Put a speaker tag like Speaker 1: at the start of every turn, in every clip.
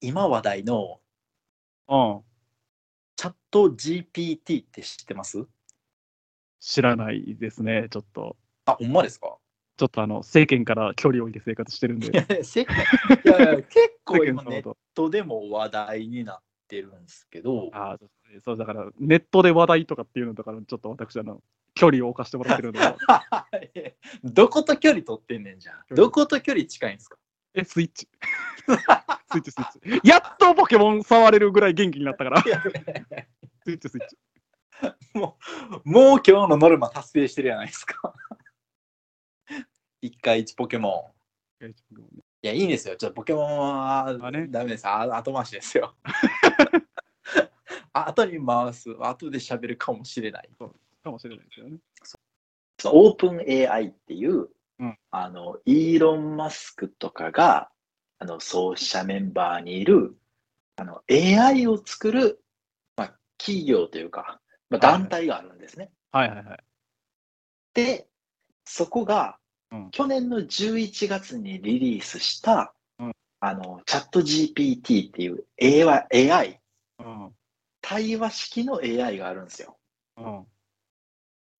Speaker 1: 今話題の
Speaker 2: うん。
Speaker 1: チャット GPT って知ってます
Speaker 2: 知らないですね、ちょっと。
Speaker 1: あ、ほんまです か
Speaker 2: ちょっとあの、政権から距離を置いて生活してるんで。
Speaker 1: いやせい やいや結構
Speaker 2: 世間
Speaker 1: 今
Speaker 2: 様
Speaker 1: ネ ッ
Speaker 2: と。
Speaker 1: トでも話題になってるんですけど、
Speaker 2: ああ、そうですねそう、だから、ネットで話題とかっていうのだから、ちょっと私、あの、距離を置かせてもらってるん で。
Speaker 1: どこと距離取ってんねんじゃん。どこと距離近いんですか
Speaker 2: え、スイッチ。 スイッチ、スイッチ。やっとポケモン触れるぐらい元気になったから。 スイッチ、スイッチ。
Speaker 1: もう今日のノルマ達成してるやないですか。 一回一ポケモン。いや、いいんですよ。ちょっとポケモンは
Speaker 2: あれ
Speaker 1: ダメです。あ後回しです よ。あ後に回す。後で喋るかもしれない。
Speaker 2: かもしれないですよね。
Speaker 1: そのオープン AI っていう、
Speaker 2: うん
Speaker 1: あの、イーロン・マスクとかが、あの、創始者メンバーにいる、あの、AI を作る、まあ、企業というか、まあ、
Speaker 2: はいはい
Speaker 1: 団体があるんですね。
Speaker 2: はいはいはい。
Speaker 1: で、そこが
Speaker 2: うん、
Speaker 1: 去年の11月にリリースした、
Speaker 2: うん
Speaker 1: あの、チャット GPT っていう AI、AI
Speaker 2: うん。
Speaker 1: 対話式の AI があるんですよ。
Speaker 2: うん。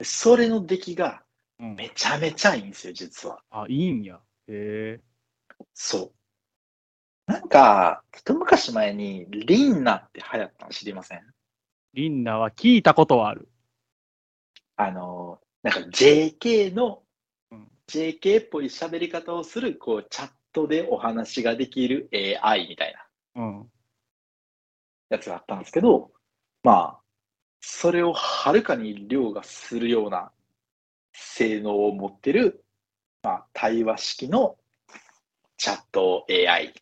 Speaker 1: それの出来が
Speaker 2: うん、
Speaker 1: めちゃめちゃいいんですよ、実は。
Speaker 2: あ、いいんや。へえ。
Speaker 1: そう。なんか、一昔前にリンナって流行ったの知りません
Speaker 2: リンナは聞いたことはある。
Speaker 1: あの、なんか JK の
Speaker 2: うん、
Speaker 1: JK っぽい喋り方をする、こう、チャットでお話ができる AI みたいな。
Speaker 2: うん。
Speaker 1: やつがあったんですけど、まあ、それをはるかに凌駕するような性能を持ってる、まあ、対話式のチャット AI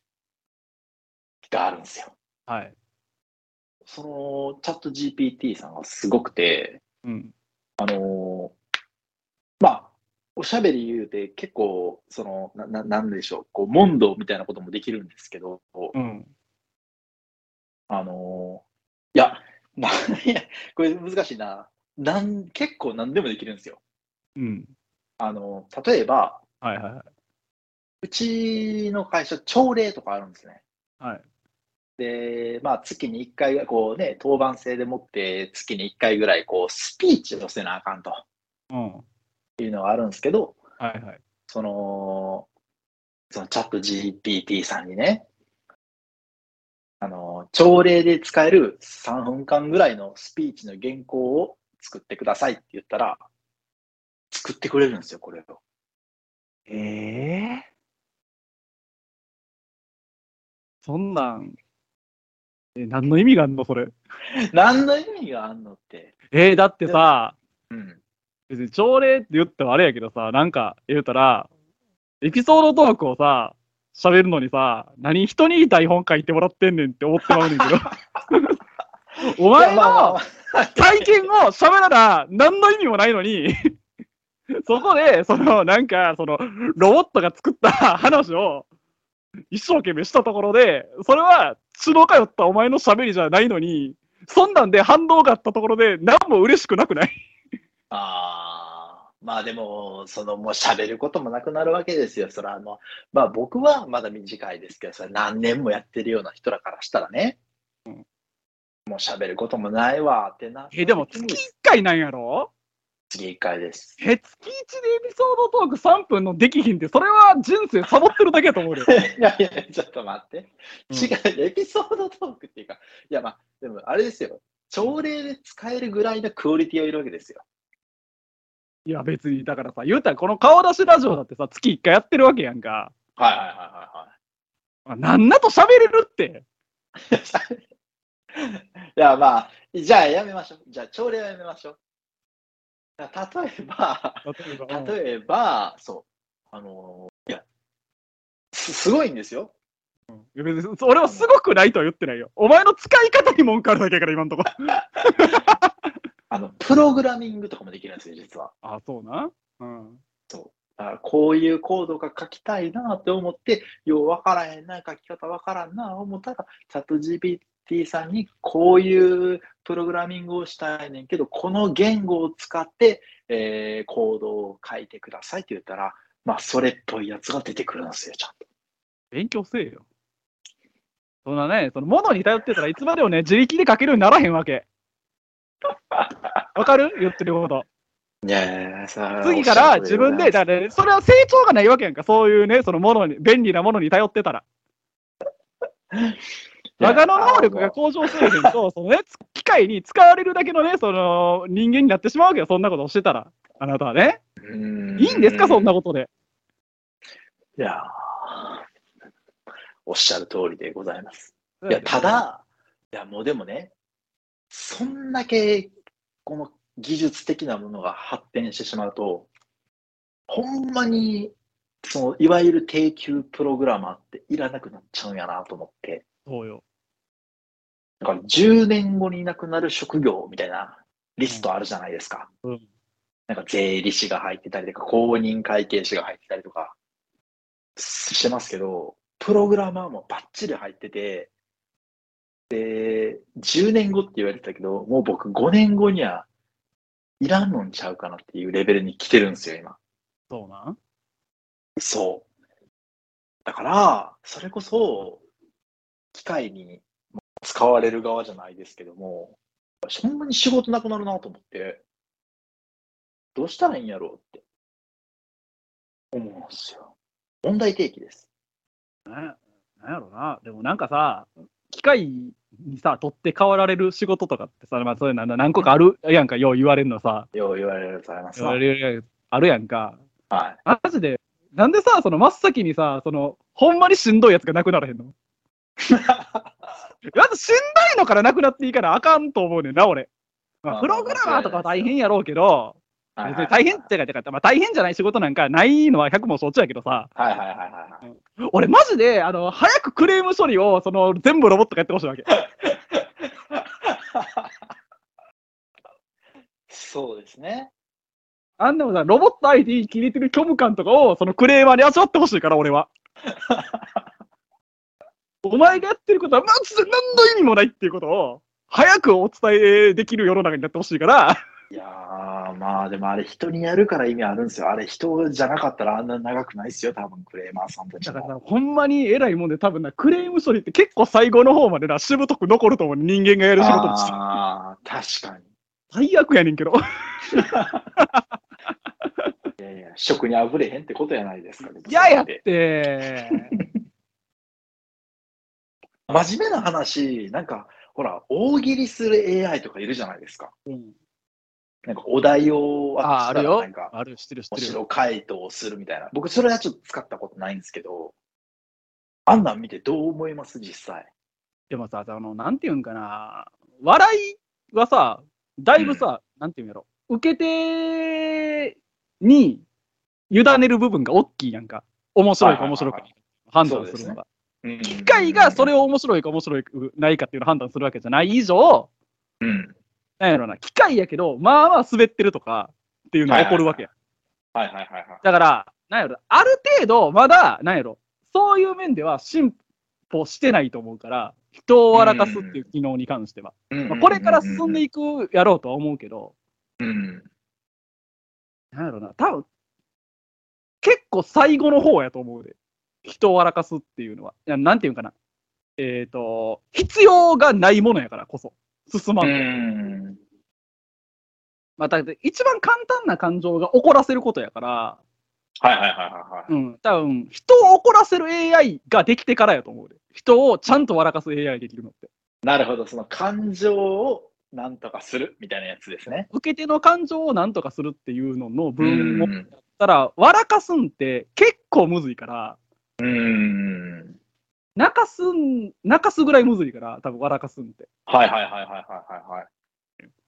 Speaker 1: があるんですよ。
Speaker 2: はい。
Speaker 1: そのチャット GPT さんがすごくて、
Speaker 2: うん。
Speaker 1: まあ、おしゃべり言うて結構、その、な、ななんでしょう、こう、問答みたいなこともできるんですけど、
Speaker 2: うん。
Speaker 1: あのーいや、な いや、これ難しいな。なん、結構何でもできるんですよ。
Speaker 2: うん。
Speaker 1: あのー例えば、
Speaker 2: はいはいは
Speaker 1: うちの会社、朝礼とかあるんですね。
Speaker 2: い。はい。
Speaker 1: で、まあ、月に1回がこうね、当番制でもって、月に1回ぐらい、こう、スピーチをせなあかんと
Speaker 2: うん。
Speaker 1: いうのがあるんですけど、
Speaker 2: はいはい。
Speaker 1: その、そのチャット GPT さんにね、あのー、朝礼で使える3分間ぐらいのスピーチの原稿を作ってくださいって言ったら、作ってくれるんですよ、これを。
Speaker 2: ええそんなん、え、何の意味があんのそれ。
Speaker 1: 何の意味があんのって。
Speaker 2: えーだってさ、
Speaker 1: うん。
Speaker 2: 別に朝礼って言ってもあれやけどさ、なんか言うたら、エピソードトークをさ、喋るのにさ、何人に台本書いてもらってんねんって思ってまうねんけど。 お前
Speaker 1: いやまあまあ
Speaker 2: の
Speaker 1: まあ
Speaker 2: 体験を喋らな、何の意味もないのに、 そこで、その、なんか、その、ロボットが作った話を、一生懸命したところで、それは、血の通ったお前の喋りじゃないのに、そんなんで反応があったところで、何も嬉しくなくない
Speaker 1: あーまあでも、そのもう喋ることもなくなるわけですよ。それはあの、まあ僕はまだ短いですけど、それ何年もやってるような人らからしたらね、もう喋ることもないわってな。
Speaker 2: え、でも、月1回なんやろ
Speaker 1: 次1回です。
Speaker 2: え、月1でエピソードトーク3分のできひんって、それは人生サボってるだけやと思うよ。
Speaker 1: いやいや、ちょっと待って。
Speaker 2: うん
Speaker 1: 違う、エピソードトークっていうか、いやまあ、でもあれですよ。朝礼で使えるぐらいのクオリティをいるわけですよ。
Speaker 2: いや、別に、だからさ、言うたら、この顔出しラジオだってさ、月1回やってるわけやんか。
Speaker 1: はいはいはいはいはい。
Speaker 2: なんなと喋れるって。
Speaker 1: いや、まあ、じゃあやめましょう。じゃあ朝礼はやめましょう。例えば、
Speaker 2: 例えばうん
Speaker 1: 例えば、そう、あのーいや、すすごいんですよ。
Speaker 2: いや別に俺はすごくないとは言ってないよ。お前の使い方に文句あるだけやから、今んとこ。
Speaker 1: あの、プログラミングとかもできるんですよ、実は。
Speaker 2: あ、そうな。うん。
Speaker 1: あこういうコードが書きたいなって思って、ようわからへんな、書き方わからんな、思ったら、チャット GPT さんに、こういうプログラミングをしたいねんけど、この言語を使って、えーコードを書いてくださいって言ったら、まあ、それっぽいやつが出てくるんですよ、ちゃんと。
Speaker 2: 勉強せえよ。そんなね、その物に頼ってたらいつまでもね、自力で書けるようにならへんわけ。わかる言ってること。
Speaker 1: いやいやいやさ
Speaker 2: 次から自分で、だからね、それは成長がないわけやんか。そういうね、その物に、便利なものに頼ってたら。我がの能力が向上すると、そのね、つ機械に使われるだけのね、その人間になってしまうわけよ。そんなことをしてたら。あなたはね。い
Speaker 1: い
Speaker 2: いんですか、そん
Speaker 1: な。
Speaker 2: なことで。
Speaker 1: いやーおっしゃる通りでございます。いや、た、だ、いや、もうでもね、そんだけ、この技術的なものが発展してしまうと、ほんまに、その、いわゆる低級プログラマーっていらなくなっちゃうんやなと思って、
Speaker 2: そうよ。
Speaker 1: だから10年後になくなる職業みたいなリストあるじゃないですか。
Speaker 2: うん
Speaker 1: なんか税理士が入ってたりとか、公認会計士が入ってたりとか、してますけど、プログラマーもバッチリ入ってて、で、10年後って言われてたけど、もう僕5年後にはいらんのんちゃうかなっていうレベルに来てるんですよ、今。
Speaker 2: そうなん
Speaker 1: そう。だから、それこそ、機械に使われる側じゃないですけども、そんなに仕事なくなるなと思って、どうしたらいいんやろうって思うんですよ。問題提起です。
Speaker 2: ねなんやろな。でもなんかさ、機械にさ、取って代わられる仕事とかってさ、まあ、そういうのな何個かあるやんか、よう言われるのさ、
Speaker 1: よう言われるざいます
Speaker 2: 言
Speaker 1: な。
Speaker 2: わ
Speaker 1: はい。
Speaker 2: れるあるやんか。
Speaker 1: あ
Speaker 2: マジで、なんでさ、その真っ先にさ、その、ほんまにしんどいやつがなくならへ んのまずしんどいのからなくなっていいからあかんと思うねんな、俺。ま
Speaker 1: あ
Speaker 2: あ、
Speaker 1: ー
Speaker 2: プログラマーとかは大変やろうけど、
Speaker 1: はい
Speaker 2: 別に大変ってか、てか、まあ、大変じゃない仕事なんかないのは100も承知やけどさ、
Speaker 1: はいはいはいはい。
Speaker 2: 俺マジで、あの、早くクレーム処理を、その、全部ロボットがやってほしいわけ。
Speaker 1: そうですね。
Speaker 2: あんなもんさ、ロボット ID 切れてる虚無感とかを、そのクレーマーに味わってほしいから、俺は。お前がやってることは、マジで何の意味もないっていうことを、早くお伝えできる世の中になってほしいから、
Speaker 1: いやー、まあでもあれ人にやるから意味あるんですよ。あれ人じゃなかったらあんな長くないですよ、多分クレーマーさんたち
Speaker 2: だから
Speaker 1: も。
Speaker 2: さ、ほんまに偉いもんで、多分な、クレーム処理って結構最後の方までな、しぶとく残ると思う、人間がやる仕事として。
Speaker 1: ああ、確か
Speaker 2: 最悪やねんけど。
Speaker 1: に。いやいや、食にあふれへんってことやないですか、ね。
Speaker 2: 嫌やっ
Speaker 1: それって
Speaker 2: て。
Speaker 1: 真面目な話、なんか、ほら、大喜利する AI とかいるじゃないですか。
Speaker 2: うん
Speaker 1: なんかお題を
Speaker 2: あー、あるよ
Speaker 1: なんか。、
Speaker 2: ある、知ってる、知っ
Speaker 1: 面
Speaker 2: てる。
Speaker 1: 白回答をするみたいな。僕、それはちょっと使ったことないんですけど、あんなん見てどう思います実際。
Speaker 2: でもさ、あの、なんていうんかな、笑いはさ、だいぶさ、なんていうんやろ、受け手に委ねる部分が大きいやんか。面白いか面白くないか判断するのが。機
Speaker 1: 機
Speaker 2: 械がそれを面白いか面白くないかっていうのを判断するわけじゃない以上、
Speaker 1: うん。
Speaker 2: なんやろな、機械やけど、まあまあ滑ってるとかっていうのが起こるわけや。
Speaker 1: はいはいはいはい。
Speaker 2: だから、なんやろ、ある程度、まだ、なんやろ、そういう面では進歩してないと思うから、人を笑かすっていう機能に関しては。まあ、これから進んで
Speaker 1: い
Speaker 2: いくやろうとは思うけど、
Speaker 1: く。うん
Speaker 2: なんやろな、多分結構最後の方やと思うで、人を笑かすっていうのは。いやなんていうんかな、えっ、と、必要がないものやからこそ、進ま。
Speaker 1: うんん。
Speaker 2: まあ、だって一番簡単な感情が怒らせることやから、
Speaker 1: はいはいはいはい。は
Speaker 2: うん、多分人を怒らせる AI ができてからやと思うで、人をちゃんと笑かす AI できるのって。
Speaker 1: い。なるほど、その感情をなんとかするみたいなやつですね。
Speaker 2: 受け手の感情をなんとかするっていうのの分を
Speaker 1: う
Speaker 2: やっ
Speaker 1: ん
Speaker 2: たら、笑かすんって結構むずいから、
Speaker 1: うん。
Speaker 2: 泣かすん、泣かすぐらいむずいから、多分笑かすんって。
Speaker 1: はいはいはいはいはいはいはい。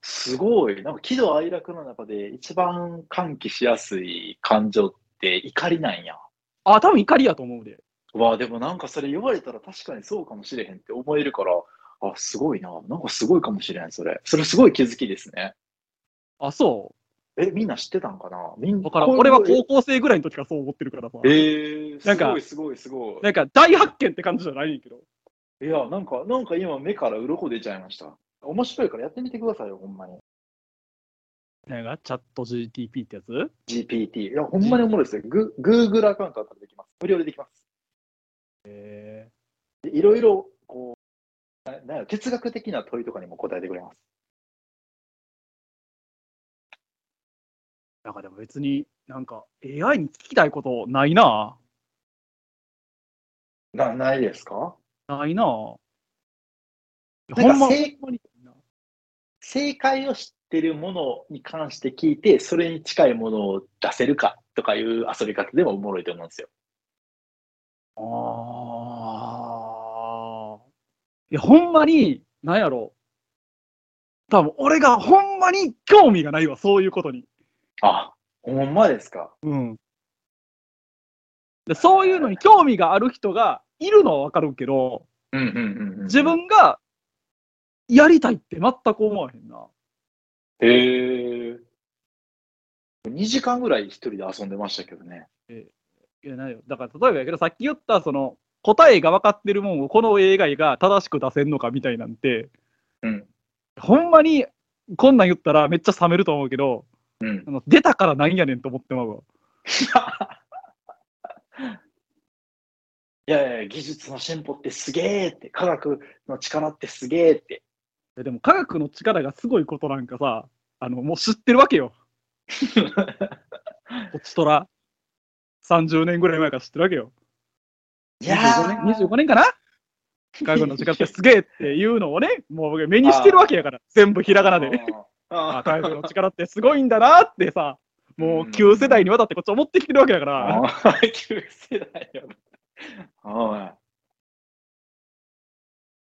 Speaker 1: すごい。なんか喜怒哀楽の中で一番喚起しやすい感情って怒りなんや。
Speaker 2: あ、多分怒りやと思うで。
Speaker 1: わあ、でもなんかそれ言われたら確かにそうかもしれへんって思えるから、あ、すごいな。なんかすごいかもしれん、それ。それすごい気づきですね。
Speaker 2: あ、そ
Speaker 1: え、みんな知ってたんかなみん
Speaker 2: う。
Speaker 1: な。
Speaker 2: だからん、
Speaker 1: こうい
Speaker 2: 俺
Speaker 1: う
Speaker 2: は高校生ぐらいの時からそう思ってるからさ。
Speaker 1: えー、
Speaker 2: な
Speaker 1: す
Speaker 2: んか
Speaker 1: ごいすごいすご
Speaker 2: なんか、大発見って感じじゃないねんけど。
Speaker 1: い。いや、なんか、なんか今目から鱗出ちゃいました。面白いからやってみてくださいよ、ほんまに。
Speaker 2: なんか、チャット GTP ってやつ
Speaker 1: GPT。いや、ほんまにおもろいですよ。グ Google アカウントあったらできます。無料でできます。
Speaker 2: え
Speaker 1: でいろいろこう、ななんやろ哲学的な問いとかにも答えてくれます。
Speaker 2: なんかでも別になんか AI に聞きたいことないな。
Speaker 1: なないですか
Speaker 2: ないな。ほ
Speaker 1: なんか
Speaker 2: んま
Speaker 1: 正正解を知ってるものに関して聞いて、それに近いものを出せるかとかいう遊び方でもおもろいと思うんですよ。
Speaker 2: ああ。いや、ほんまに、なんやろ。多分俺がほんまに興味がないわ、そういうことに。
Speaker 1: あ、ほんまですか
Speaker 2: うん。でそういうのに興味がある人がいるのはわかるけど、
Speaker 1: うんうんうん、うん。
Speaker 2: 自分がやりたいって全く思わへんな。
Speaker 1: へえ。2時間ぐらい一人で遊んでましたけどね。
Speaker 2: いやないよだから例えばやけどさっき言ったその答えが分かってるもんをこの AI が正しく出せんのかみたいなんて
Speaker 1: うん。
Speaker 2: ほんまにこんなん言ったらめっちゃ冷めると思うけど
Speaker 1: うん
Speaker 2: あ。の出たからなんやねんと思ってまうわ
Speaker 1: いやいや、技術の進歩ってすげえって、科学の力ってすげえ って。
Speaker 2: えでも科学の力がすごいことなんかさあのもう知ってるわけよこちとら30年ぐらい前から知ってるわけよ
Speaker 1: い
Speaker 2: 25年 ,25 年かな科学の力ってすげえっていうのをねもう僕目にしてるわけやから全部ひらがなで。あ
Speaker 1: あ
Speaker 2: 科学の力ってすごいんだなってさ、もう旧世代にわたってこっち思ってきてるわけだから、
Speaker 1: あ、 旧世代よ。おい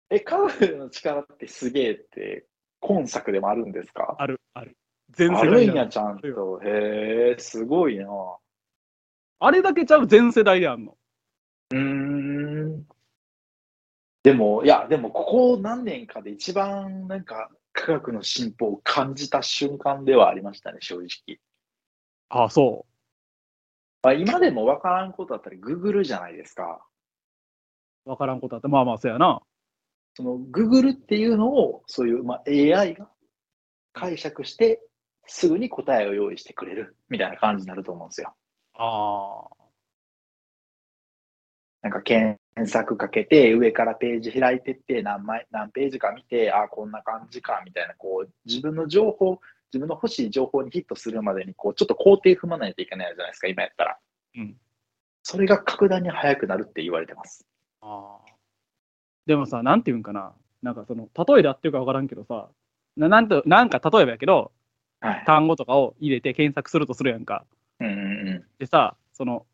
Speaker 1: え、科学の力ってすげえって、今作でもあるんですか
Speaker 2: ある、ある。全
Speaker 1: あ
Speaker 2: 世
Speaker 1: る
Speaker 2: 代
Speaker 1: ん
Speaker 2: であ
Speaker 1: や、
Speaker 2: る。
Speaker 1: ちゃんと。へえ、すごいな。う
Speaker 2: あれだけちゃう全世代であんの。
Speaker 1: ーん。でも、いや、でも、ここ何年かで一番、なんか、科学の進歩を感じた瞬間ではありましたね、正直。
Speaker 2: ああ、そ
Speaker 1: まあ、今でも分からんことだったら、Google じゃないですか。
Speaker 2: う。わからんことあって、まあまあ、そうやな。
Speaker 1: その Google っていうのを、そういう、まあ、AI が解釈して、すぐに答えを用意してくれるみたいな感じになると思うんですよ。
Speaker 2: あ
Speaker 1: なんか検索かけて、上からページ開いてって、何枚、何ページか見て、ああ、こんな感じか、みたいな、こう、自分の情報、自分の欲しい情報にヒットするまでに、こう、ちょっと工程踏まないといけないじゃないですか、今やったら。
Speaker 2: うん。
Speaker 1: それが格段に速くなるって言われてます。
Speaker 2: あ。でもさ、なんていうんかな。なんかその、例えであってるかわからんけどさ、ななんとなんか例えばやけど、
Speaker 1: はい。
Speaker 2: 単語とかを入れて検索するとするやんか。
Speaker 1: うんうんうん。
Speaker 2: でさ、その、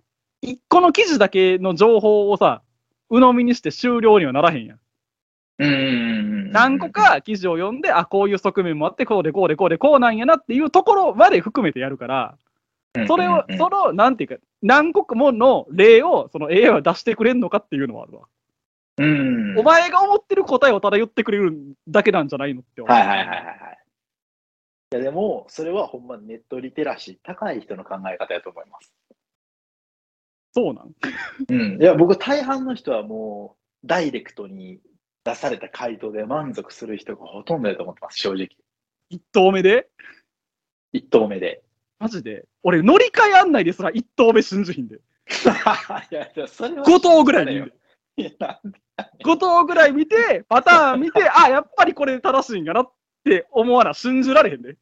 Speaker 2: 一個の記事だけの情報をさ、鵜呑みにして終了にはならへんやん。
Speaker 1: うんうんうんうん。
Speaker 2: 何個か記事を読んで、あ、こういう側面もあって、こうでこうでこうでこうなんやなっていうところまで含めてやるから、
Speaker 1: うんうんうん、
Speaker 2: それを、その、なんていうか、何個もの例を、その AI は出してくれんのかっていうのはあるわ。
Speaker 1: うん。
Speaker 2: お前が思ってる答えをただ言ってくれるだけなんじゃないのって思う
Speaker 1: はいはいはいはいはい。いやでも、それはほんまネットリテラシー高い人の考え方やと思います。
Speaker 2: そうなん
Speaker 1: うん。いや、僕、大半の人はもう、ダイレクトに出された回答で満足する人がほとんどだと思ってます、正直。
Speaker 2: 一投目で
Speaker 1: 一投目で。
Speaker 2: マジで俺、乗り換え案内ですら一投目信じひんで。
Speaker 1: いや、いやそれは
Speaker 2: 5投ぐらい見る。
Speaker 1: いや
Speaker 2: 5投ぐらい見て、パターン 見て、あ、やっぱりこれ正しいんかなって思わな、信じられへんで。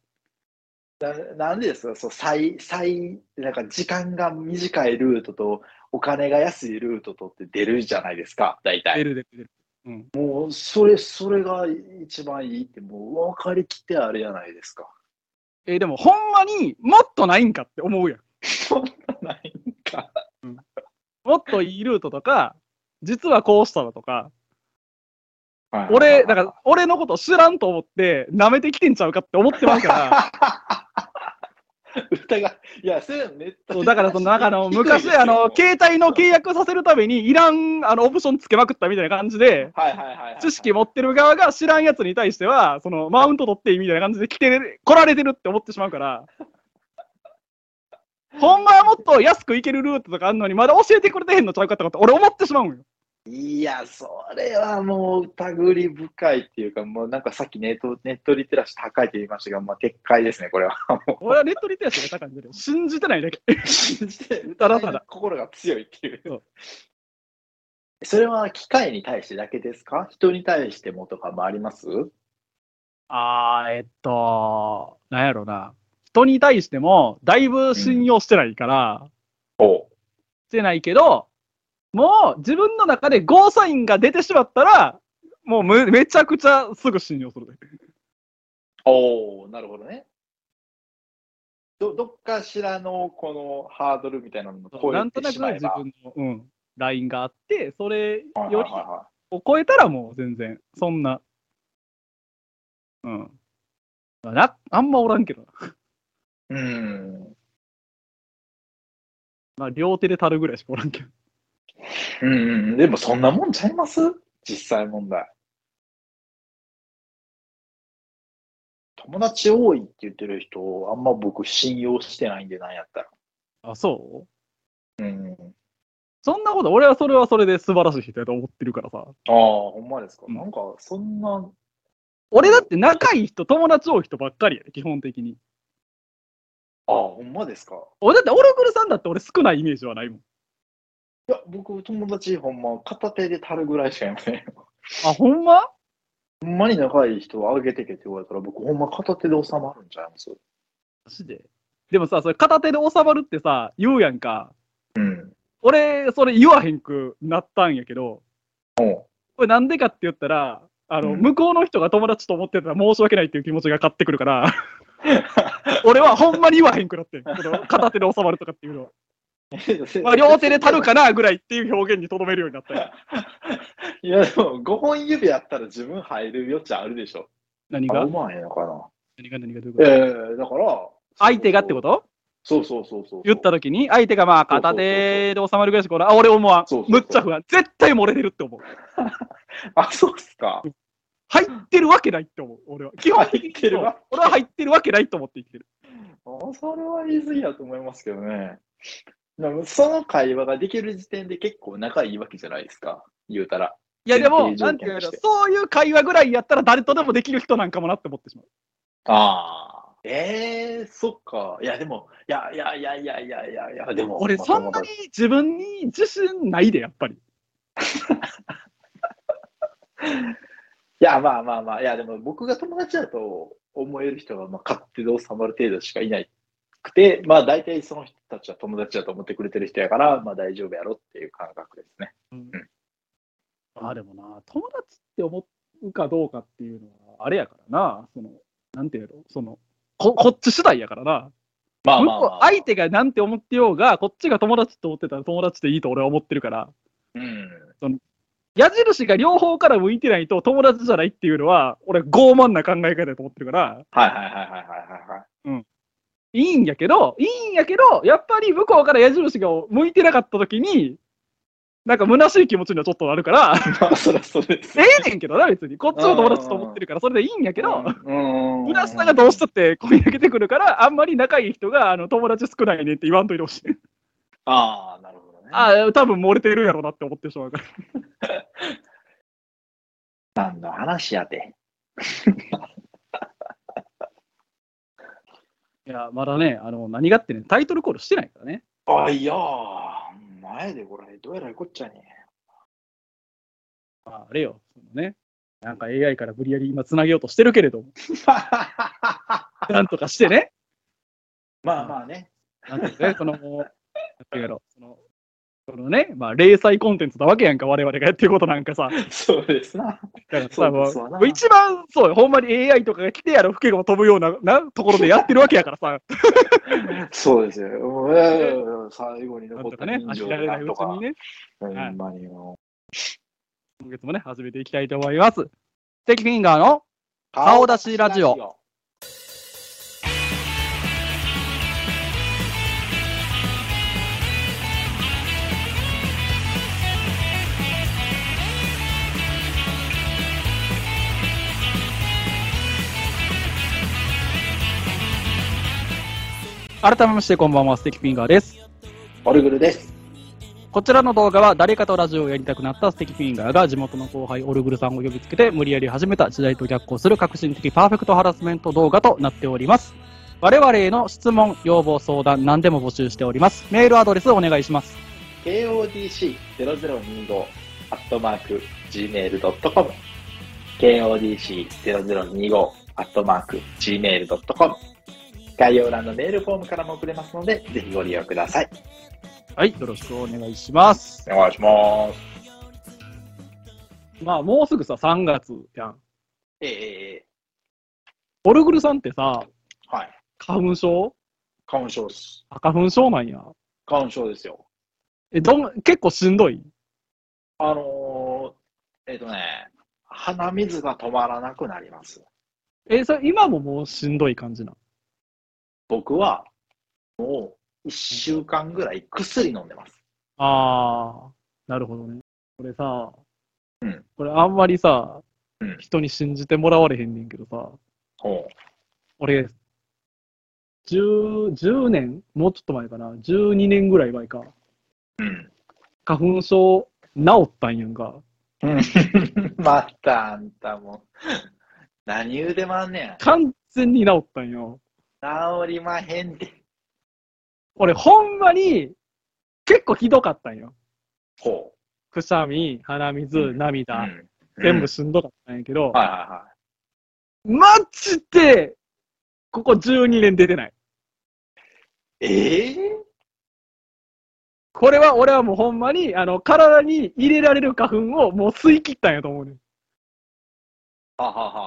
Speaker 1: ななんでですかそう最最なんか時間が短いルートとお金が安いルートとって出るじゃないですか大体
Speaker 2: 出る出る出る。うん。
Speaker 1: もうそれそれが一番いいってもう分かりきってあれじゃないですか
Speaker 2: えーでもほんまにもっとないんかって思うやん。
Speaker 1: そんなないんか。
Speaker 2: もっといいルートとか、実はこうしたらとか、俺、だから俺のこと知らんと思って舐めてきてんちゃうかって思ってます から、
Speaker 1: 疑い、いや、そういうのネット
Speaker 2: そうだからその中の昔あ の、携帯の契約させるためにいらんあのオプションつけまくったみたいな感じで、
Speaker 1: はいはいはい はい。
Speaker 2: 知識持ってる側が知らんやつに対しては、そのマウント取っていいみたいな感じで来て、来られてるって思ってしまうから、ほんまはもっと安く行けるルートとかあんのに、まだ教えてくれてへんのちゃうかとかって俺思ってしまうん よ。
Speaker 1: いや、それはもう疑り深いっていうか、もうなんかさっきネットネットリテラシー高いって言いましたが、まあ、撤回ですね、これは。も
Speaker 2: 俺はネットリテラシーが高いんだけど、信じてないだけ。
Speaker 1: う信じて、
Speaker 2: ただただ
Speaker 1: 心が強いっていう。それは機械に対してだけですか人に対してもとかもあります
Speaker 2: あー、えっと、なんやろな。人に対しても、だいぶ信用してないから、
Speaker 1: お
Speaker 2: してないけど、もう自分の中でゴーサインが出てしまったら、もうむめちゃくちゃすぐ信用する。
Speaker 1: おーなるほどね。どどっかしらのこのハードルみたいなのを超
Speaker 2: な
Speaker 1: え
Speaker 2: んと
Speaker 1: て
Speaker 2: なく
Speaker 1: し
Speaker 2: の
Speaker 1: まえ
Speaker 2: 自
Speaker 1: ば。
Speaker 2: 分の、うん、ラインがあって、それよ
Speaker 1: はい
Speaker 2: り
Speaker 1: はいはいはい
Speaker 2: を超えたらもう全然、そんな。うん。な、あんまおらんけどな。
Speaker 1: うん。
Speaker 2: まあ、両手でたるぐらいしかおらんけど。
Speaker 1: うんうん、でもそんなもんちゃいます実際問題。友達多いって言ってる人、あんま僕信用してないんで、なんやったら。
Speaker 2: あ、そう
Speaker 1: うん。
Speaker 2: そんなこと、俺はそれはそれで素晴らしい人やと思ってるからさ。
Speaker 1: ああ、ほんまですか。
Speaker 2: うん
Speaker 1: なんか、そんな、
Speaker 2: 俺だって仲いい人、友達多い人ばっかりやで、基本的に。
Speaker 1: ああ、ほんまですか。
Speaker 2: 俺だって、オルクルさんだって俺少ないイメージはないもん。
Speaker 1: いや、僕、友達ほんま、片手で足るぐらいしかいません。
Speaker 2: あ、ほんま
Speaker 1: ほんまに仲いい人をあげてけって言われたら、僕、ほんま片手で収まるんちゃいます
Speaker 2: マジで。でもさ、それ片手で収まるってさ、言うやんか。
Speaker 1: うん。
Speaker 2: 俺、それ言わへんくなったんやけど、
Speaker 1: お
Speaker 2: これなんでかって言ったら、あの、
Speaker 1: うん
Speaker 2: 向こうの人が友達と思ってたら申し訳ないっていう気持ちが勝ってくる から、俺はほんまに言わへんくなってん。この片手で収まるとかっていうのは。まあ、 両手で足るかなぐらいっていう表現にとどめるようになったんや
Speaker 1: いや、でも、5本指やったら自分入る余地あるでしょ。
Speaker 2: 何
Speaker 1: あ
Speaker 2: が
Speaker 1: うまいのかな。
Speaker 2: 何が何がどういうこと
Speaker 1: ええだから。
Speaker 2: 相手がってことと
Speaker 1: そうそうそうそう。
Speaker 2: 言った
Speaker 1: ら。
Speaker 2: 時に、相手がまあ
Speaker 1: そうそうそう
Speaker 2: 片手で収まるぐらいしかおらん、あ、俺思わん
Speaker 1: そうそう。そう
Speaker 2: むっちゃ不安。絶対漏れてるって思う。
Speaker 1: あ、そうっすか。
Speaker 2: 入ってるわけないって思う、俺は。基本的
Speaker 1: 入って
Speaker 2: に
Speaker 1: るわ
Speaker 2: そう俺は入ってるわけないと思って生きてる。
Speaker 1: あそれは言い過ぎだと思いますけどね。でもその会話ができる時点で結構仲いいわけじゃないですか。言うたら。
Speaker 2: いやでも、
Speaker 1: 前提条件
Speaker 2: なんていうの
Speaker 1: として
Speaker 2: そういう会話ぐらいやったら誰とでもできる人なんかもなって思ってしまう。
Speaker 1: ああ。ええそっか。いや、でも、いやいやいやいやいやいやいや、でも。
Speaker 2: 俺、
Speaker 1: まあ
Speaker 2: そんなに自分に自信ないで、やっぱり。
Speaker 1: いや、まあまあまあ、いや、でも僕が友達だと思える人が、まあ、勝手で収まる程度しかいなくて、まあ大体その人たちは友達だと思ってくれてる人やから、まあ大丈夫やろっていう感覚ですね。
Speaker 2: うんあでもな、友達って思うかどうかっていうのは、あれやからな、その、なんていうの、その、ここっち次第やからな。
Speaker 1: まあ
Speaker 2: 向
Speaker 1: まあ、ま
Speaker 2: こ
Speaker 1: あ、
Speaker 2: う相手がなんて思ってようが、こっちが友達と思ってたら友達でいいと俺は思ってるから、
Speaker 1: うん。
Speaker 2: 矢印が両方から向いてないと友達じゃないっていうのは、俺傲慢な考え方だと思ってるから、
Speaker 1: はいはいはいはいはいはいはい。
Speaker 2: いいんやけど、いいんやけど、やっぱり向こうから矢印が向いてなかった時に、なんか虚しい気持ちにはちょっとなるから、
Speaker 1: まあ、そりゃそうです。
Speaker 2: ええねんけどな、別に。こっちの友達と思ってるから、それでいいんやけど、
Speaker 1: うん、
Speaker 2: 虚しさがどうしたってこみ上げてくるから、あんまり仲いい人があの友達少ないねって言わんといてほしい。
Speaker 1: ああ、なるほどね。
Speaker 2: ああ、多分漏れてるやろなって思ってしまうから。
Speaker 1: 何の話やて。
Speaker 2: いや、まだね、あの、何がってね、タイトルコールしてないからね。
Speaker 1: あ、いやー、前でこれ、どうやらこっちゃね。
Speaker 2: まあ、あれよ、そのね、なんか AI から無理やり今つなげようとしてるけれ ども、 なんとかしてね、
Speaker 1: まあまあね。
Speaker 2: なんていうかね、この、もうなんていうやろ、その、そのね、まあ、零細コンテンツなわけやんか、我々がやってることなんかさ。
Speaker 1: そうですな。そ
Speaker 2: だからさ、
Speaker 1: うで
Speaker 2: も
Speaker 1: すわな
Speaker 2: う、一番、そうよ、ほんまに AI とかが来てやろ、フケが飛ぶような、な、ところでやってるわけやからさ、
Speaker 1: そうですよ。うん最後に
Speaker 2: な
Speaker 1: 残
Speaker 2: ん
Speaker 1: っ
Speaker 2: と
Speaker 1: た
Speaker 2: かね、
Speaker 1: 人
Speaker 2: 走
Speaker 1: 情
Speaker 2: られな
Speaker 1: ないん
Speaker 2: う
Speaker 1: と
Speaker 2: ち
Speaker 1: か
Speaker 2: に。ね、
Speaker 1: ほ
Speaker 2: い
Speaker 1: んまにも
Speaker 2: 今月もね、始めていきたいと思います。テキフィンガーの顔出しラジオ。改めましてこんばんは、ステキフィンガーです。
Speaker 1: オルグルです。
Speaker 2: こちらの動画は誰かとラジオをやりたくなった素敵フィンガーが地元の後輩オルグルさんを呼びつけて無理やり始めた時代と逆行する革新的パーフェクトハラスメント動画となっております。我々への質問、要望、相談、何でも募集しております。メールアドレスをお願いします。
Speaker 1: KODC0025 アットマーク、gmail.com、kodc0025、アットマーク、gmail.com。概要欄のメールフォームからも送れますので、ぜひご利用ください。
Speaker 2: はい、よろしくお願いします。
Speaker 1: お願いします。
Speaker 2: まあ、もうすぐさ、3月やん。
Speaker 1: ええ
Speaker 2: オルグルさんってさ、
Speaker 1: はい。
Speaker 2: 花粉症
Speaker 1: 花粉症です。
Speaker 2: あ花粉症なんや。
Speaker 1: 花粉症ですよ。
Speaker 2: え、どん、結構しんどい。
Speaker 1: あのー、えっ、とね、鼻水が止まらなくなります。
Speaker 2: え、それ今ももうしんどい感じなん。
Speaker 1: 僕は、もう、1週間ぐらい薬飲んでます。
Speaker 2: あー、なるほどね。これさ、
Speaker 1: うん
Speaker 2: これあんまりさ、
Speaker 1: うん
Speaker 2: 人に信じてもらわれへんねんけどさ、
Speaker 1: ほ
Speaker 2: 俺、10, 10年もうちょっと前かな ?12 年ぐらい前か。
Speaker 1: う。うん。
Speaker 2: 花粉症治ったんやんか。
Speaker 1: またあんたも。何言うてまんねん。
Speaker 2: 完全に治ったんよ。
Speaker 1: 治りまへんで。
Speaker 2: 俺、ほんまに、結構ひどかったんよ。
Speaker 1: ほ
Speaker 2: くしゃみ、鼻水、
Speaker 1: うんう。
Speaker 2: 涙、
Speaker 1: うん、
Speaker 2: 全部
Speaker 1: し、
Speaker 2: しんどかったんやけど、
Speaker 1: はいはいはい。
Speaker 2: マジで、ここ12年出てない。
Speaker 1: ええ
Speaker 2: これは、俺はもうほんまに、あの、体に入れられる花粉をもう吸い切ったんやと思うねん。
Speaker 1: ははははは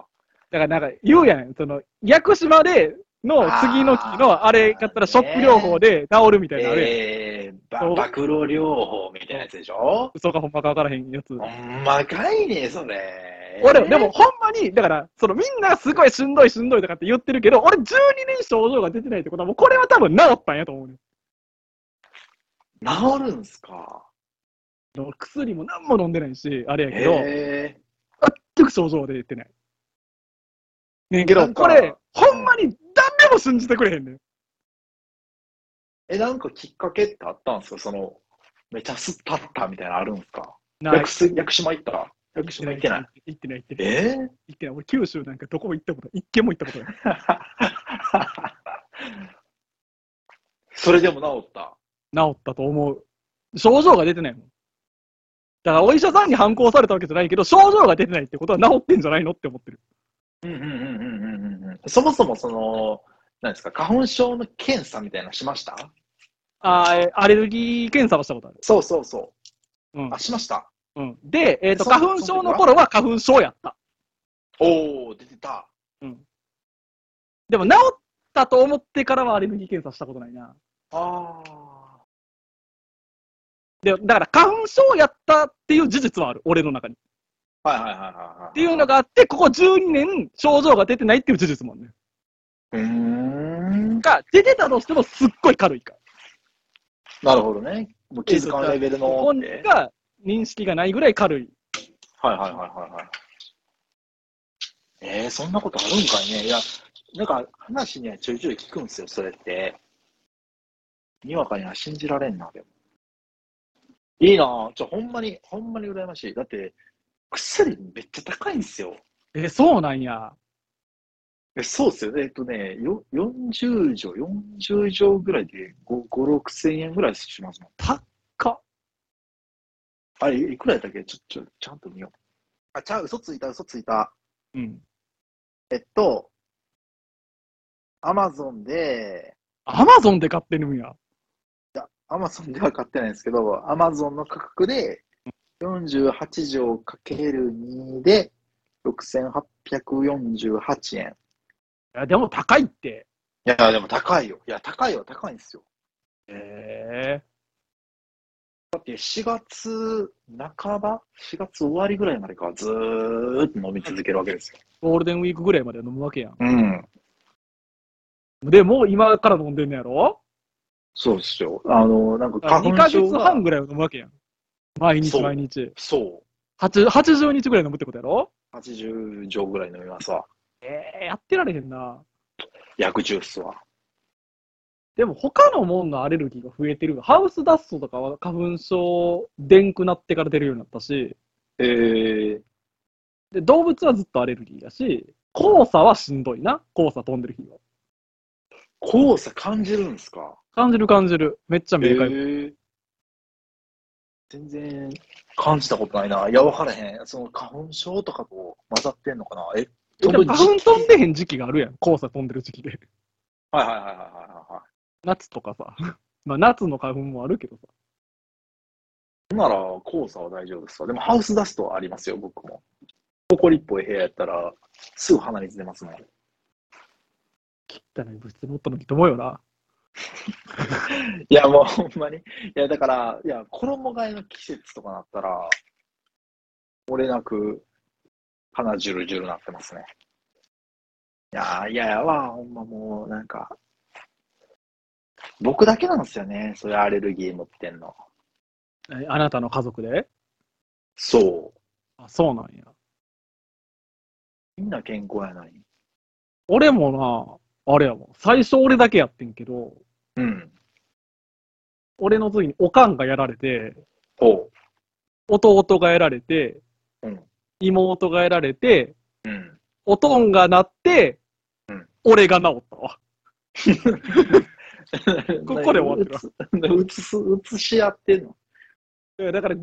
Speaker 1: は。
Speaker 2: だからなんか言うやん。その、屋久島での次の日のあれ買ったらショック療法で治るみたいなあれ。
Speaker 1: ええば
Speaker 2: そう
Speaker 1: 暴露療法みたいなやつでしょ
Speaker 2: 嘘かほんまかわからへんやつ。
Speaker 1: ほんまかいね、それ。
Speaker 2: 俺、でも、ほんまに、だから、そのみんなすごいしんどいしんどいとかって言ってるけど、俺12年症状が出てないってことは、もうこれは多分治ったんやと思うねん。
Speaker 1: 治るんすか。
Speaker 2: でも薬も何も飲んでないし、あれやけど、
Speaker 1: ええ
Speaker 2: 全く症状は出てない。ねんけ
Speaker 1: な
Speaker 2: ど、
Speaker 1: んか
Speaker 2: これ、ほんまに誰も信じてくれへんねん。
Speaker 1: え、なんかきっかけってあったんすかその、めちゃすったったみたいなのあるんすか
Speaker 2: な
Speaker 1: 屋久屋久島行った屋久島行ってない。
Speaker 2: 行ってない、行ってない。
Speaker 1: え
Speaker 2: 行ってない。俺、九州なんかどこも行ったことない。一軒も行ったことな
Speaker 1: え
Speaker 2: い。
Speaker 1: それでも治った。
Speaker 2: 治ったと思う。症状が出てないもん。だから、お医者さんに反抗されたわけじゃないけど、症状が出てないってことは治ってんじゃないのって思ってる。
Speaker 1: うんうんうんうんうんうんうん。そもそもその、なんですか、花粉症の検査みたいなのしました
Speaker 2: あーえーアレルギー検査はしたことある。
Speaker 1: そうそうそうう。あ、しました。
Speaker 2: ん。うん、で、えっ、と、
Speaker 1: その
Speaker 2: 花粉症の頃は花粉症やった。
Speaker 1: おお出てた。
Speaker 2: でも、治ったと思ってからはアレルギー検査したことないな。
Speaker 1: あ
Speaker 2: で、だから花粉症やったっていう事実はある。俺の中に。っ
Speaker 1: あ。はいはいはいはいはい。
Speaker 2: ていうのがあって、ここ12年症状が出てないっていう事実もあるね。
Speaker 1: うーん。
Speaker 2: が、出てたとしてもすっごい軽いから。
Speaker 1: なるほどね。もう気づかんレベルの。
Speaker 2: 本人が認識がないぐらい軽い。
Speaker 1: はいはいはいはいはい。えー、そんなことあるんかいね。いや、なんか話にはちょいちょい聞くんですよ、それって。にわかには信じられんな、でも。いいなぁ。ちょ、ほんまに、ほんまに羨ましい。だって、薬めっちゃ高いんですよ。
Speaker 2: え、そうなんや。
Speaker 1: えそうっすよね。えっとね、よ40錠、40錠ぐらいで5、5、6千円ぐらいしますもん。
Speaker 2: たっか。
Speaker 1: あれ、いくらやったっけちょ、ちょ、ちゃんと見よう。あ、ちゃう、嘘ついた、嘘ついた。
Speaker 2: うん。
Speaker 1: えっと、アマゾンで、
Speaker 2: アマゾンで買ってるんや。
Speaker 1: アマゾンでは買ってないんですけど、アマゾンの価格で、48錠かける2で、6848円。
Speaker 2: いや、でも高いって。
Speaker 1: いや、でも高いよ。いや、高いは高いんですよ。
Speaker 2: ええ
Speaker 1: だって4月半ば ?4 月終わりぐらいまでか、ずーっと飲み続けるわけですよ。
Speaker 2: ゴールデンウィークぐらいまで飲むわけやん。
Speaker 1: うん。
Speaker 2: でも、今から飲んでんのやろ
Speaker 1: そうですよ。あの、なんか花
Speaker 2: ?2
Speaker 1: 粉
Speaker 2: ヶ
Speaker 1: 症
Speaker 2: 月
Speaker 1: が
Speaker 2: 半。ぐらいは飲むわけやん。毎
Speaker 1: そ
Speaker 2: 日
Speaker 1: う
Speaker 2: 毎日。
Speaker 1: そ
Speaker 2: 8 80日ぐらい飲むってことやろ
Speaker 1: う。80錠ぐらい飲みますわ。
Speaker 2: ええやってられへんな。
Speaker 1: 薬ジュースは。
Speaker 2: でも、他のもんのアレルギーが増えてるが、ハウスダストとかは花粉症、でんくなってから出るようになったし、
Speaker 1: えー、
Speaker 2: で動物はずっとアレルギーだし、黄砂はしんどいな。黄砂飛んでる日は。
Speaker 1: 黄砂感じるんですか
Speaker 2: 感じる感じる。めっちゃ
Speaker 1: え
Speaker 2: 明快。
Speaker 1: ー全然感じたことないな。いや、わからへん。その花粉症とかと混ざってんのかな。え、
Speaker 2: でも花粉
Speaker 1: 時期
Speaker 2: 飛んでへん時期があるやん。黄砂飛んでる時期で。
Speaker 1: はいはいはいはいはいは
Speaker 2: 夏とかさ。 まあ夏の花粉もあるけどさ。
Speaker 1: い。なら、黄砂は大丈夫ですわ。でも、ハウスダストはありますよ、僕も。埃っぽい部屋やったら、すぐ鼻水出ますもん。
Speaker 2: 汚い物質持ったのにと思うよな。
Speaker 1: いや、もうほんまに。いや、だから、いや、衣替えの季節とかなったら、漏れなく鼻ジュルジュルなってますね。いやー、いややわ、ほんまもう、なんか、僕だけなんですよね、そういうアレルギー持ってんの。
Speaker 2: えあなたの家族で
Speaker 1: そう。
Speaker 2: あ、そうなんや。
Speaker 1: みんな健康やのに。
Speaker 2: 俺もな、あれやもん。最初俺だけやってんけど、
Speaker 1: うん。
Speaker 2: 俺の次におかんがやられて、
Speaker 1: ほ
Speaker 2: 弟がやられて、
Speaker 1: うん
Speaker 2: 妹がやられて、
Speaker 1: う。 うん。
Speaker 2: おとんがなって、
Speaker 1: うん
Speaker 2: 俺が治ったわ。ここで終わってる
Speaker 1: る。うつ、うつし合ってんの。
Speaker 2: えだから、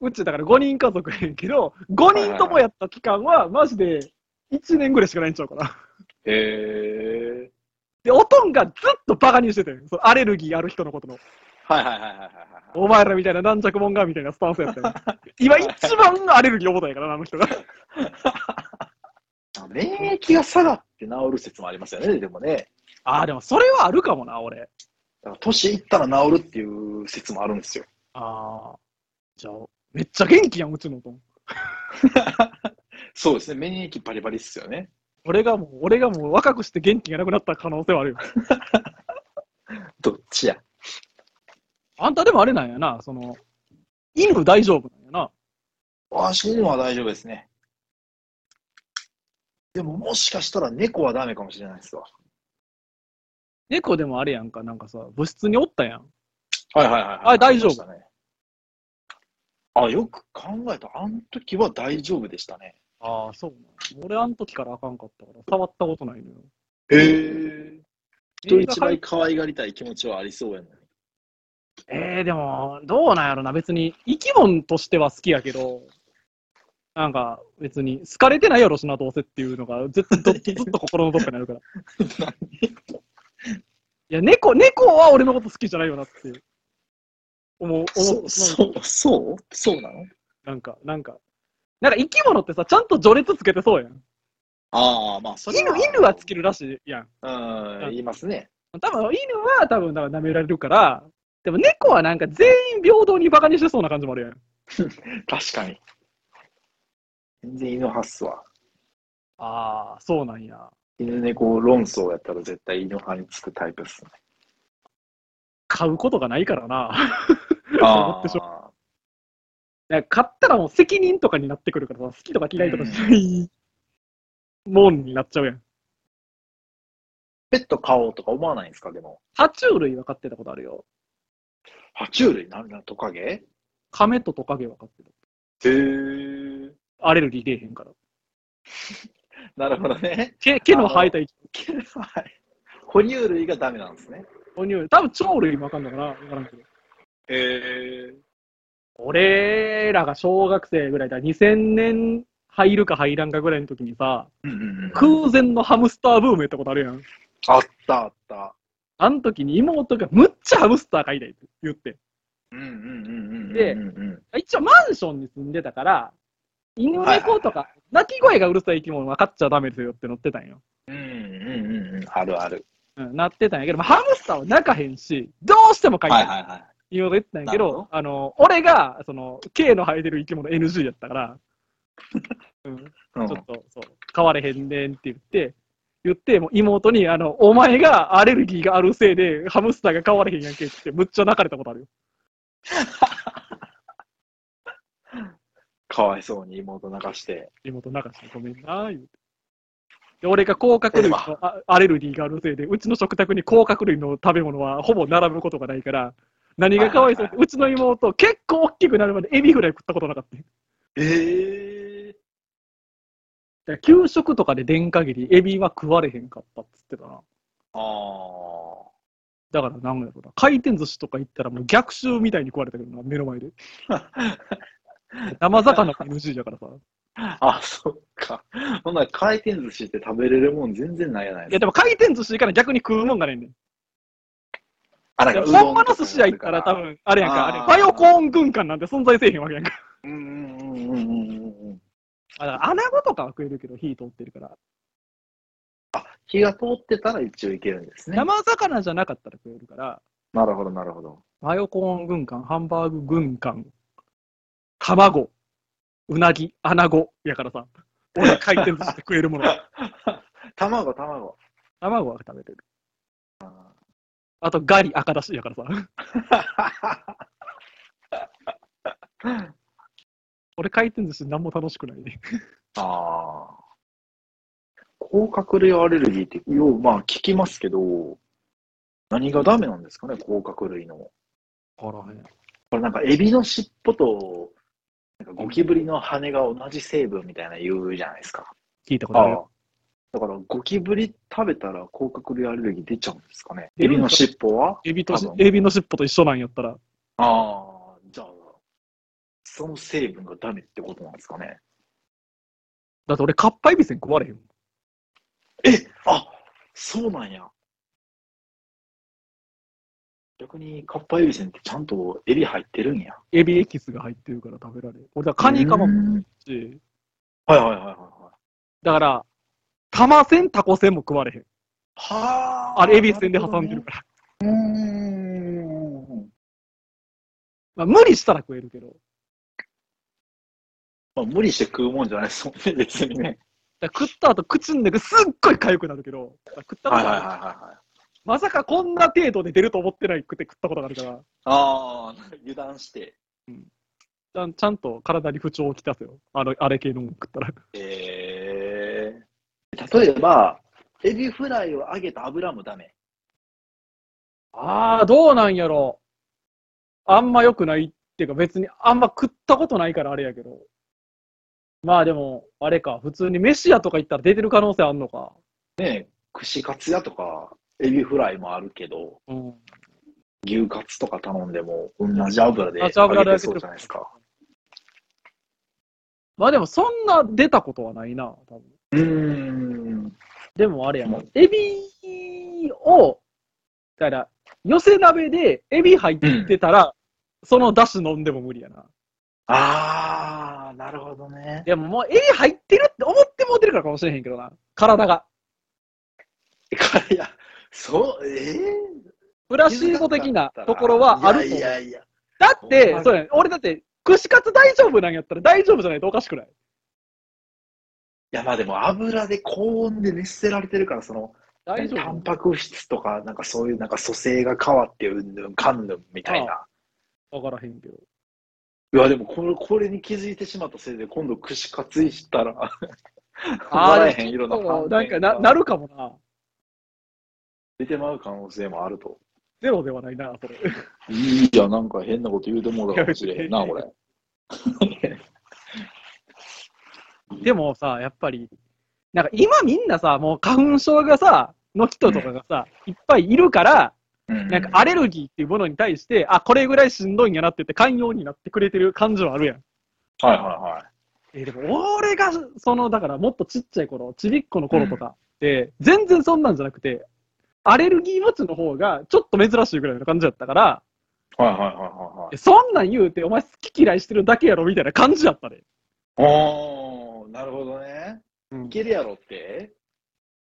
Speaker 2: うちだから5人家族やねんけど、5人ともやった期間は、マジで1年ぐらいしかないんちゃうかな。
Speaker 1: へえ。
Speaker 2: で、おとんがずっとバカにしてたよ。そのアレルギーある人のことの。
Speaker 1: はいはいはいはいはいはい。
Speaker 2: お前らみたいな軟弱者がみたいなスタンスやった よ。今一番のアレルギー重たいからな、あの人が。
Speaker 1: 免疫が下がって治る説もありますよね、でもね。
Speaker 2: ああ、でもそれはあるかもな、俺。
Speaker 1: だから年いったら治るっていう説もあるんですよ。
Speaker 2: ああ。じゃあ、めっちゃ元気やん、うちのおとん。
Speaker 1: そうですね、免疫バリバリっすよね。
Speaker 2: 俺がもう、俺がもう若くして元気がなくなった可能性はあるよ。
Speaker 1: どっちや。
Speaker 2: あんたでもあれなんやな、その、犬大丈夫なんやな。
Speaker 1: わしには大丈夫ですね。でももしかしたら猫はダメかもしれないですわ。
Speaker 2: 猫でもあれやんか、なんかさ、部室におったやん。
Speaker 1: はいはいはい、はい
Speaker 2: あ大丈夫
Speaker 1: ありましたねあ、よく考えた。あの時は大丈夫でしたね。
Speaker 2: ああ、そうなん。俺あん時からあかんかったから、触ったことないのよ。
Speaker 1: へえ。人一
Speaker 2: 映
Speaker 1: 倍可愛がりたい気持ちはありそうやのに。
Speaker 2: 画館えー、でも、どうなんやろな、別に、生き物としては好きやけど、なんか、別に、好かれてないやろしな、どうせっていうのが、ずっと、ずっと心のどっかにあるから。いや、猫、猫は俺のこと好きじゃないよなって、思う、思
Speaker 1: そそうそうそうなの
Speaker 2: なんか、なんか、なんか生き物ってさ、ちゃんと序列つけてそうやん。
Speaker 1: ああ、まあ、それ
Speaker 2: 犬、犬はつけるらしいやん。
Speaker 1: うん、言いますね。
Speaker 2: 多分、犬は多分、なんか舐められるから、でも猫はなんか全員平等にバカにしてそうな感じもあるやん。
Speaker 1: 確かに。全然犬派っすわ。
Speaker 2: ああ、そうなんや。
Speaker 1: 犬猫論争やったら絶対犬派につくタイプっ すね。
Speaker 2: 買うことがないからな。
Speaker 1: あ
Speaker 2: そう
Speaker 1: あ。
Speaker 2: なんか買ったらもう責任とかになってくるからさ、好きとか嫌いとかしないもんになっちゃうやん。
Speaker 1: ペット飼おうとか思わないんですかでも。
Speaker 2: 爬虫類は飼ってたことあるよ。
Speaker 1: 爬虫類なんだトカゲへ
Speaker 2: カメとトカゲは飼ってた。
Speaker 1: え。
Speaker 2: アレルギー出えへんから。
Speaker 1: なるほどね。
Speaker 2: 毛毛の生えた生き
Speaker 1: はい。哺乳類がダメなんですね。
Speaker 2: 哺乳類多分鳥類もわかんのかなわからんけど。
Speaker 1: へえ。
Speaker 2: 俺らが小学生ぐらいだ、2000年入るか入らんかぐらいの時にさ、
Speaker 1: うんうんうん。
Speaker 2: 空前のハムスターブームやったことあるやん。
Speaker 1: あったあった。
Speaker 2: あの時に妹がむっちゃハムスター飼いたいって言って。
Speaker 1: うんうんうんうんうんうんうん。
Speaker 2: で
Speaker 1: うん
Speaker 2: 一応マンションに住んでたから、犬猫とか、鳴き声がうるさい生き物は飼っちゃダメですよって載ってたんよ。
Speaker 1: うんうんうん。あるある。
Speaker 2: うん、なってたんやけど、まあハムスターは鳴かへんし、どうしても飼いた
Speaker 1: はいい
Speaker 2: って
Speaker 1: はいはい。
Speaker 2: 言うこと言ってたんやけ
Speaker 1: なるほ
Speaker 2: ど
Speaker 1: ど、
Speaker 2: あの、俺が、その、毛の生えてる生き物 NG やったから、うん、
Speaker 1: うん
Speaker 2: ちょっと、そう、買われへんねんって言って、言って、もう妹に、あの、お前がアレルギーがあるせいで、ハムスターが買われへんやんけって言って、むっちゃ泣かれたことあるよ。
Speaker 1: かわいそうに妹泣かして。
Speaker 2: 妹泣かして、ごめんな、言うて。で、俺が甲殻類の
Speaker 1: ええ
Speaker 2: あアレルギーがあるせいで、うちの食卓に甲殻類の食べ物はほぼ並ぶことがないから、何がかわいそうって、うちの妹、結構大きくなるまでエビぐらい食ったことなかった。だか
Speaker 1: ええ。
Speaker 2: ら給食とかで出ん限り、エビは食われへんかったっつってたな。
Speaker 1: ああ。
Speaker 2: だから、なんやろな。回転寿司とか行ったらもう逆襲みたいに食われたけどな、目の前 で。生魚も NG だからさ。
Speaker 1: あ、そっか。ほんなら回転寿司って食べれるもん全然ないやない
Speaker 2: いや、でも回転寿司行から逆に食うもんがねんねん。
Speaker 1: あら、うどん
Speaker 2: 本場の寿司屋行ったら多。分、あれやんか、あ
Speaker 1: あー
Speaker 2: れ、パヨコーン軍艦なんて存在せえへんわけやんか。
Speaker 1: うんうんうんうんうんうん。
Speaker 2: あだから、穴子とかは食えるけど、火通ってるから。
Speaker 1: 火が通ってたら一応いけるんですね。
Speaker 2: 生魚じゃなかったら食えるから、
Speaker 1: なるほど、なるほど。
Speaker 2: マヨコーン軍艦、ハンバーグ軍艦、卵、うなぎ、穴子やからさ、俺は回転寿司で食える もの。
Speaker 1: 卵、卵。
Speaker 2: 卵は食べてる。あと、ガリ、赤だしやから さ。俺、回転寿司何も楽しくないね。
Speaker 1: ああ。甲殻類アレルギーって、よう、まあ聞きますけど、何がダメなんですかね、甲殻類の。こ
Speaker 2: わからへん。
Speaker 1: れなんか、エビの尻尾と、なんかゴキブリの羽が同じ成分みたいな言うじゃないですか。
Speaker 2: 聞いたことある
Speaker 1: あ
Speaker 2: よ。
Speaker 1: あだから、ゴキブリ食べたら甲殻類アレルギー出ちゃうんですかね。
Speaker 2: 出
Speaker 1: エ
Speaker 2: る
Speaker 1: ビ
Speaker 2: ん
Speaker 1: の
Speaker 2: か
Speaker 1: 尻尾は
Speaker 2: エビとし
Speaker 1: 多、分
Speaker 2: エビの尻尾と一緒なんやったら、
Speaker 1: ああ、じゃあ、その成分がダメってことなんですかね。
Speaker 2: だって俺、カッパエビせん食われへんもん。
Speaker 1: え、あ、そうなんや。逆にカッパエビせんってちゃんとエビ入ってるんや。
Speaker 2: エビエキスが入ってるから食べられる。俺、だからカニカマも
Speaker 1: も。
Speaker 2: し、
Speaker 1: はいはいはいはいはい。
Speaker 2: だから、タマせん、タコせんも食われへん。
Speaker 1: はあ。
Speaker 2: あれ、エビせんで挟んでるから。
Speaker 1: なるほどね。うーん。
Speaker 2: まあ、無理したら食えるけど、
Speaker 1: まあ、無理して食うもんじゃないですもんね、別にね。
Speaker 2: だから食った後、口の中すっごい痒くなるけど、だから食ったこと
Speaker 1: は
Speaker 2: あ
Speaker 1: い
Speaker 2: る
Speaker 1: はいはいはいはい。
Speaker 2: まさかこんな程度で出ると思ってないくて食ったことがあるから、
Speaker 1: ああ、油断して。
Speaker 2: ちゃんちゃんと体に不調をきたすよ。あの、あれ系のもん食ったら。
Speaker 1: えー、例えば、エビフライを揚げた油もダメ。
Speaker 2: ああ、どうなんやろ。あんま良くないっていうか、別にあんま食ったことないからあれやけど。まあでも、あれか、普通に飯屋とか行ったら出てる可能性あんのか。
Speaker 1: ねえ、串カツ屋とか、エビフライもあるけど、
Speaker 2: うん。
Speaker 1: 牛カツとか頼んでも同じ油で
Speaker 2: 同じ油
Speaker 1: 揚
Speaker 2: で
Speaker 1: げ
Speaker 2: 揚
Speaker 1: て
Speaker 2: げ
Speaker 1: そ
Speaker 2: てる
Speaker 1: うじゃないですか。
Speaker 2: まあでも、そんな出たことはないな、多分。
Speaker 1: うーん。
Speaker 2: でもあれやな
Speaker 1: うん。
Speaker 2: エビを、だから、寄せ鍋でエビ入ってたら、その出汁飲んでも無理やな。
Speaker 1: あー、なるほどね。
Speaker 2: でももうエビ入ってるって思ってもうてるからかもしれへんけどな。体が。
Speaker 1: いや、そう、えー、
Speaker 2: ブラシー語的なところはあると思う
Speaker 1: いやいやいや。
Speaker 2: だっ
Speaker 1: ほんま
Speaker 2: て、
Speaker 1: に
Speaker 2: そうやね俺だって、串カツ大丈夫なんやったら大丈夫じゃないとおかしくない
Speaker 1: いや、まあでも油で高温で熱せられてるから、その、
Speaker 2: 大丈
Speaker 1: タン
Speaker 2: 夫
Speaker 1: パク質とか、なんかそういう、なんか蘇生が変わってうんぬんかんぬんみたいな。
Speaker 2: わからへんけど。
Speaker 1: いや、でもこれ、これに気づいてしまったせいで、今度串カツいした ら、笑えへん色の反応
Speaker 2: なんかな、なるかもな。
Speaker 1: 出てまう可能性もあると。
Speaker 2: ゼロではないな、それ。
Speaker 1: いいじゃん、なんか変なこと言うてもらうたかもしれへ んな、これ。
Speaker 2: でもさ、やっぱり、なんか今みんなさ、もう花粉症がさ、の人とかがさ、いっぱいいるから、なんかアレルギーっていうものに対して、あ、これぐらいしんどいんやなって言って寛容になってくれてる感じはあるやん。
Speaker 1: はいは
Speaker 2: えーでも俺が、その、だからもっとちっちゃい頃、ちびっこの頃とかって、全然そんなんじゃなくて、アレルギー持ちの方がちょっと珍しいぐらいの感じだったから、
Speaker 1: いはい。はいはいはいはい
Speaker 2: えそんなん言うて、お前好き嫌いしてるだけやろみたいな感じやったで。
Speaker 1: おー、なるほどね。いけるやろって。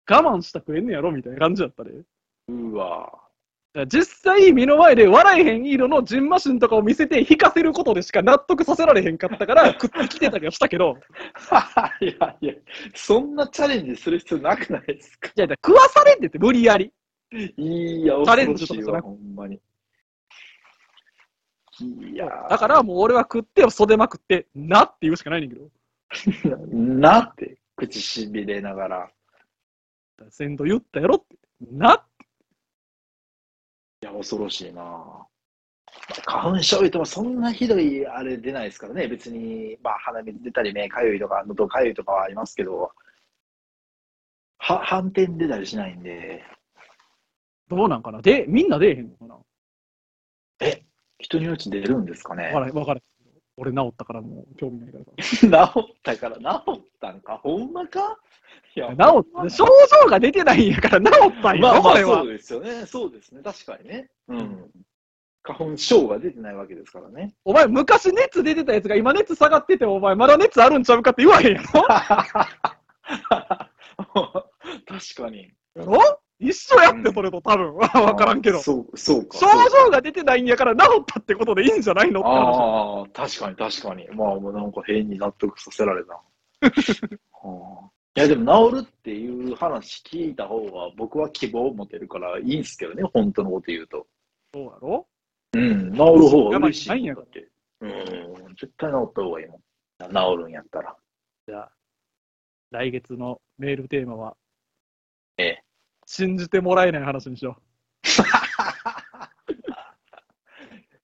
Speaker 2: 我慢したくえんねやろみたいな感じやったで。だか
Speaker 1: うわ。
Speaker 2: ら実際、目の前で笑えへん色のジンマシンとかを見せて引かせることでしか納得させられへんかったから、食ってきてたりはしたけど、
Speaker 1: いやいや、そんなチャレンジする必要なくないですか
Speaker 2: いやいや、食わされんでって無理やり。
Speaker 1: いや、
Speaker 2: チャ
Speaker 1: 恐
Speaker 2: レン
Speaker 1: ろ
Speaker 2: ジと
Speaker 1: し
Speaker 2: か
Speaker 1: い
Speaker 2: じゃな
Speaker 1: わ、
Speaker 2: く
Speaker 1: ほんまに。いや
Speaker 2: だからもう俺は食って、袖まくって、なって言うしかないねんけど。
Speaker 1: ら、なって、口しびれながら。
Speaker 2: 先導言ったやろって。なっ
Speaker 1: いや、恐ろしいなぁ。まあ花粉症言ってもそんなひどいあれ出ないですからね、別に、まあ、鼻水出たり、目かゆいとか、喉かゆいとかはありますけど、は反転出たりしないんで、
Speaker 2: どうなんかなで、みんな出えへんのかな
Speaker 1: 人によち出るんですかね
Speaker 2: わからへん、わからへん。俺治ったからもう興味ないから さ。
Speaker 1: 治ったから治ったんか、ほんまかいや
Speaker 2: 治った。症状が出てないんやから治ったんや
Speaker 1: まあま
Speaker 2: ろ、こ
Speaker 1: あ
Speaker 2: れは
Speaker 1: そ。うですよね、そうですね、確かにね。うん。花粉症が出てないわけですからね。
Speaker 2: お前、昔熱出てたやつが今熱下がってて、お前、まだ熱あるんちゃうかって言わへんやろ
Speaker 1: 確かに。
Speaker 2: やろ一緒やって、
Speaker 1: うん
Speaker 2: それと多分。 わ からんけど。症
Speaker 1: そう、そうか。
Speaker 2: 状が出てないんやから治ったってことでいいんじゃないのって話。
Speaker 1: ああ、確かに確かに。まあ、もうなんか変に納得させら れた。ああいや、でも治るっていう話聞いた方が僕は希望を持てるからいいんすけどね、本当のこと言うと。
Speaker 2: そうやろ
Speaker 1: うん、治る方が嬉しい。
Speaker 2: 我慢しないんやか
Speaker 1: だって。うん、絶対治った方がいいもん。治るんやったら。
Speaker 2: じゃあ、来月のメールテーマは、
Speaker 1: ええ
Speaker 2: 信じてもらえない話にしよ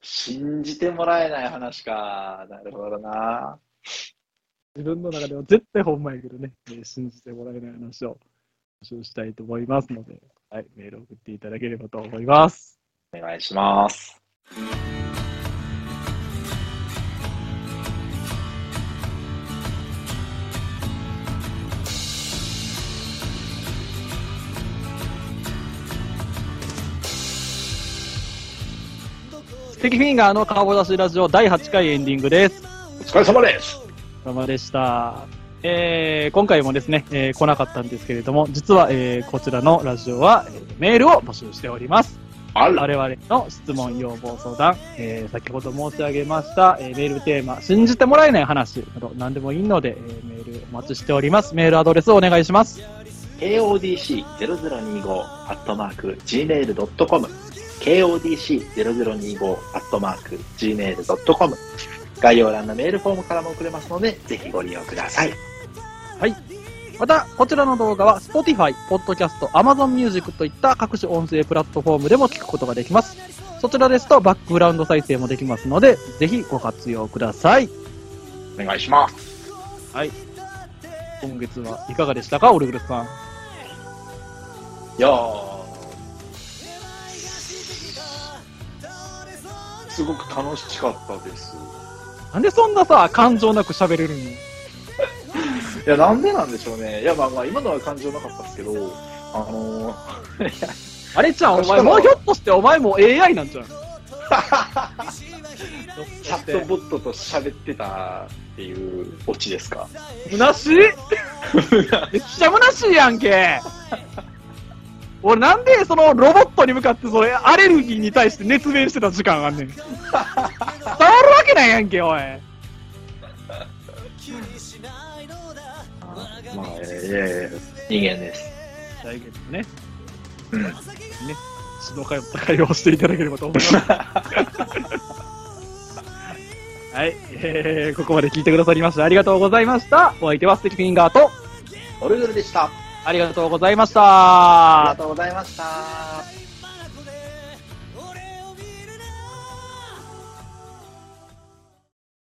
Speaker 1: 信じてもらえない話か。なるほどな。
Speaker 2: う。自分の中では絶対ほんまやけどね、えー信じてもらえない話を募集したいと思いますので、はい、メールを送っていただければと思います。
Speaker 1: お願いします。
Speaker 2: ステキフィンガーのカーボ出しラジオ第8回エンディングです。
Speaker 1: お疲れ様です。
Speaker 2: お疲れ様でした。えー今回もですね、えー来なかったんですけれども、実は、えーこちらのラジオは、えーメールを募集しております。
Speaker 1: あら。
Speaker 2: 我々の質問、要望、相談、えー先ほど申し上げました、えーメールテーマ、信じてもらえない話など何でもいいので、えーメールお待ちしております。メールアドレスをお願いします。
Speaker 1: KODC0025 アットマーク Gmail.com KODC0025 アットマーク Gmail.com 概要欄のメールフォームからも送れますので、ぜひご利用ください。
Speaker 2: また、こちらの動画は Spotify、Podcast、Amazon Music といった各種音声プラットフォームでも聞くことができます。そちらですとバックグラウンド再生もできますので、ぜひご活用ください。
Speaker 1: お願いします。
Speaker 2: 今月はいかがでしたか、オルグルスさん。
Speaker 1: いやーすごく楽しかったです。
Speaker 2: なんでそんなさ、感情なく喋れるの
Speaker 1: いや、なんでなんでしょうね。いや、まあまあ、今のは感情なかったですけど、あのーいや
Speaker 2: あれちゃん、お前、もうひょっとしてお前も AI なんじ ゃん。
Speaker 1: チャットボットと喋ってたっていうオチですか。
Speaker 2: 虚しいめっちゃ虚しいやんけ俺なんでそのロボットに向かってそれアレルギーに対して熱弁してた時間あんねん伝わるわけないやんけおい
Speaker 1: まあ、えいやいやいや人間です。
Speaker 2: 来月もね
Speaker 1: うん。
Speaker 2: 指導会を対応していただければと思います はい、えー、ここまで聞いてくださりましてありがとうございましたお相手はステキフィンガーと
Speaker 1: オルグルでした。
Speaker 2: ありがとうございました
Speaker 1: とうございました。